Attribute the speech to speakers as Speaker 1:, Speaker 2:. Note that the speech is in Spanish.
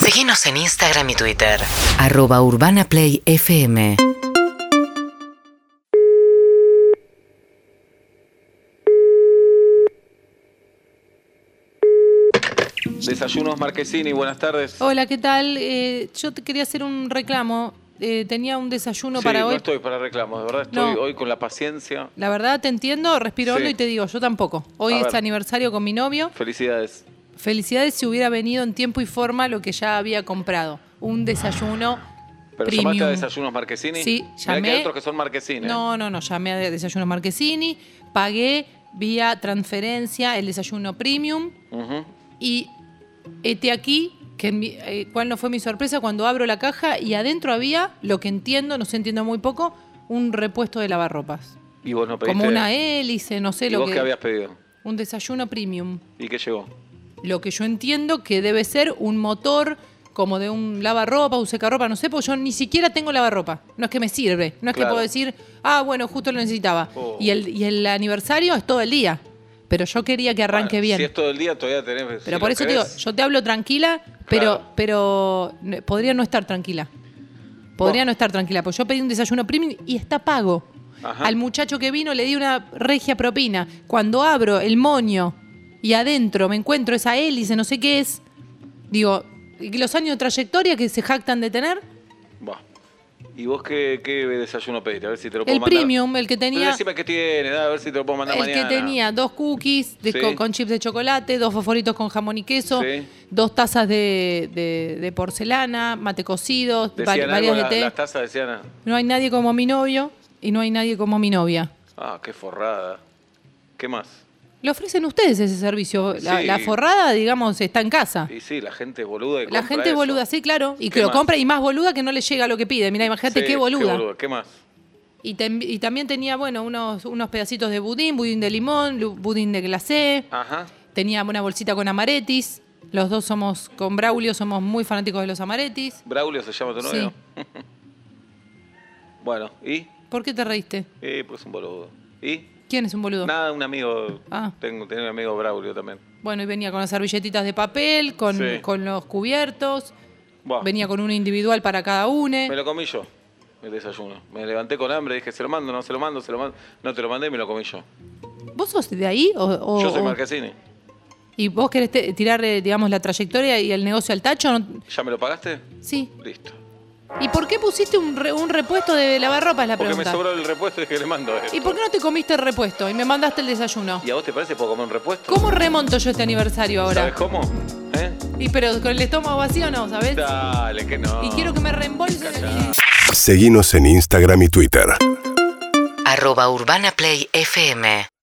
Speaker 1: Seguinos en Instagram y Twitter.
Speaker 2: arroba urbanaplayfm
Speaker 3: Desayunos Marquesini, buenas tardes.
Speaker 4: Hola, ¿qué tal? Eh, yo te quería hacer un reclamo. Eh, tenía un desayuno
Speaker 3: sí,
Speaker 4: para
Speaker 3: no
Speaker 4: hoy.
Speaker 3: estoy para reclamos, de verdad estoy
Speaker 4: No.
Speaker 3: hoy con la paciencia.
Speaker 4: La verdad, te entiendo, respiro
Speaker 3: Sí.
Speaker 4: hondo y te digo, yo tampoco. Hoy
Speaker 3: A
Speaker 4: es
Speaker 3: ver.
Speaker 4: aniversario con mi novio.
Speaker 3: Felicidades.
Speaker 4: Felicidades si hubiera venido en tiempo y forma lo que ya había comprado. Un desayuno.
Speaker 3: ¿Pero
Speaker 4: Premium.
Speaker 3: llamaste a Desayunos Marquesini?
Speaker 4: Sí,
Speaker 3: Mirá que
Speaker 4: llamé.
Speaker 3: hay otros que son Marquesini.
Speaker 4: No, no, no, llamé a Desayuno Marquesini, pagué vía transferencia el desayuno premium
Speaker 3: Ujú.
Speaker 4: y este aquí, que en mi- eh, cuál no fue mi sorpresa cuando abro la caja y adentro había, lo que entiendo, no sé, entiendo muy poco, un repuesto de lavarropas.
Speaker 3: Y vos no pediste.
Speaker 4: Como una hélice, no sé
Speaker 3: ¿Y
Speaker 4: lo
Speaker 3: vos
Speaker 4: que.
Speaker 3: qué habías pedido?
Speaker 4: Un desayuno premium.
Speaker 3: ¿Y qué llegó?
Speaker 4: Lo que yo entiendo que debe ser un motor como de un lavarropa, un secarropa, no sé, porque yo ni siquiera tengo lavarropa. No es que me sirve. No
Speaker 3: Claro.
Speaker 4: es que puedo decir, ah, bueno, justo lo necesitaba.
Speaker 3: Oh.
Speaker 4: Y, el, y el aniversario es todo el día. Pero yo quería que arranque
Speaker 3: Bueno,
Speaker 4: bien.
Speaker 3: Si es todo el día todavía tenés.
Speaker 4: pero
Speaker 3: si
Speaker 4: por
Speaker 3: lo
Speaker 4: eso te digo,
Speaker 3: querés.
Speaker 4: yo te hablo tranquila, pero,
Speaker 3: Claro.
Speaker 4: pero n- podría no estar tranquila. Podría no estar tranquila, porque yo pedí un desayuno premium y está pago.
Speaker 3: Ajá.
Speaker 4: Al muchacho que vino le di una regia propina. Cuando abro el moño y adentro me encuentro esa hélice, no sé qué es, digo, ¿y los años de trayectoria que se jactan de tener,
Speaker 3: Va. ¿Y vos qué, qué desayuno pediste? A ver si te lo puedo
Speaker 4: el
Speaker 3: mandar.
Speaker 4: premium, el que
Speaker 3: Pero
Speaker 4: tenía...
Speaker 3: Decime qué tiene, da, a ver si te lo puedo mandar
Speaker 4: El
Speaker 3: mañana.
Speaker 4: que tenía dos cookies de
Speaker 3: Sí.
Speaker 4: co- con chips de chocolate, dos fosforitos con jamón y queso,
Speaker 3: Sí.
Speaker 4: dos tazas de, de- de porcelana, mate cocido, va-
Speaker 3: Decían algo,
Speaker 4: varias de
Speaker 3: la-
Speaker 4: té.
Speaker 3: las tazas decían. ah,
Speaker 4: No hay nadie como mi novio y no hay nadie como mi novia.
Speaker 3: Ah, qué forrada. ¿Qué más?
Speaker 4: Le ofrecen ustedes ese servicio. La,
Speaker 3: Sí.
Speaker 4: la forrada, digamos, está en casa.
Speaker 3: Y sí, la gente es boluda. y
Speaker 4: La
Speaker 3: compra
Speaker 4: gente es
Speaker 3: eso.
Speaker 4: boluda, sí, claro. Y
Speaker 3: ¿Qué
Speaker 4: que lo
Speaker 3: más?
Speaker 4: compra y más boluda que no le llega lo que pide. Mira, imagínate
Speaker 3: Sí,
Speaker 4: qué boluda.
Speaker 3: ¿Qué más?
Speaker 4: Y, tem- y también tenía, bueno, unos, unos pedacitos de budín, budín de limón, lu- budín de glacé.
Speaker 3: Ajá.
Speaker 4: Tenía una bolsita con amaretis. Los dos somos, con Braulio, somos muy fanáticos de los amaretis.
Speaker 3: Braulio se llama tu
Speaker 4: Sí.
Speaker 3: novio. bueno, ¿y?
Speaker 4: ¿Por qué te reíste?
Speaker 3: Eh, pues un boludo. ¿Y?
Speaker 4: ¿Quién es un boludo?
Speaker 3: Nada, un amigo.
Speaker 4: Ah.
Speaker 3: Tengo, tenía un amigo Braulio también.
Speaker 4: Bueno, y venía con las servilletitas de papel, con,
Speaker 3: Sí.
Speaker 4: con los cubiertos.
Speaker 3: Buah,
Speaker 4: Venía con uno individual para cada uno.
Speaker 3: Me lo comí yo, el desayuno. Me levanté con hambre, dije, se lo mando, no se lo mando, se lo mando. No, te lo mandé y me lo comí yo.
Speaker 4: ¿Vos sos de ahí? O, o-
Speaker 3: yo soy
Speaker 4: o-
Speaker 3: Marquesini.
Speaker 4: ¿Y vos querés te- tirar, eh, digamos, la trayectoria y el negocio al tacho? No-
Speaker 3: ¿Ya me lo pagaste?
Speaker 4: Sí.
Speaker 3: Listo.
Speaker 4: ¿Y por qué pusiste un, re- un repuesto de lavarropas, la
Speaker 3: Porque me
Speaker 4: pregunta?
Speaker 3: sobró el repuesto y dije, le mando. esto.
Speaker 4: ¿Y por qué no te comiste el repuesto y me mandaste el desayuno?
Speaker 3: ¿Y a vos te parece que puedo comer un repuesto?
Speaker 4: ¿Cómo remonto yo este aniversario
Speaker 3: ¿Sabes
Speaker 4: ahora?
Speaker 3: cómo? ¿Eh?
Speaker 4: ¿Y pero con el estómago vacío no, sabes?
Speaker 3: Dale, que no.
Speaker 4: Y quiero que me reembolsen.
Speaker 3: Callá.
Speaker 5: Seguinos en Instagram y Twitter.
Speaker 2: arroba urbanaplayfm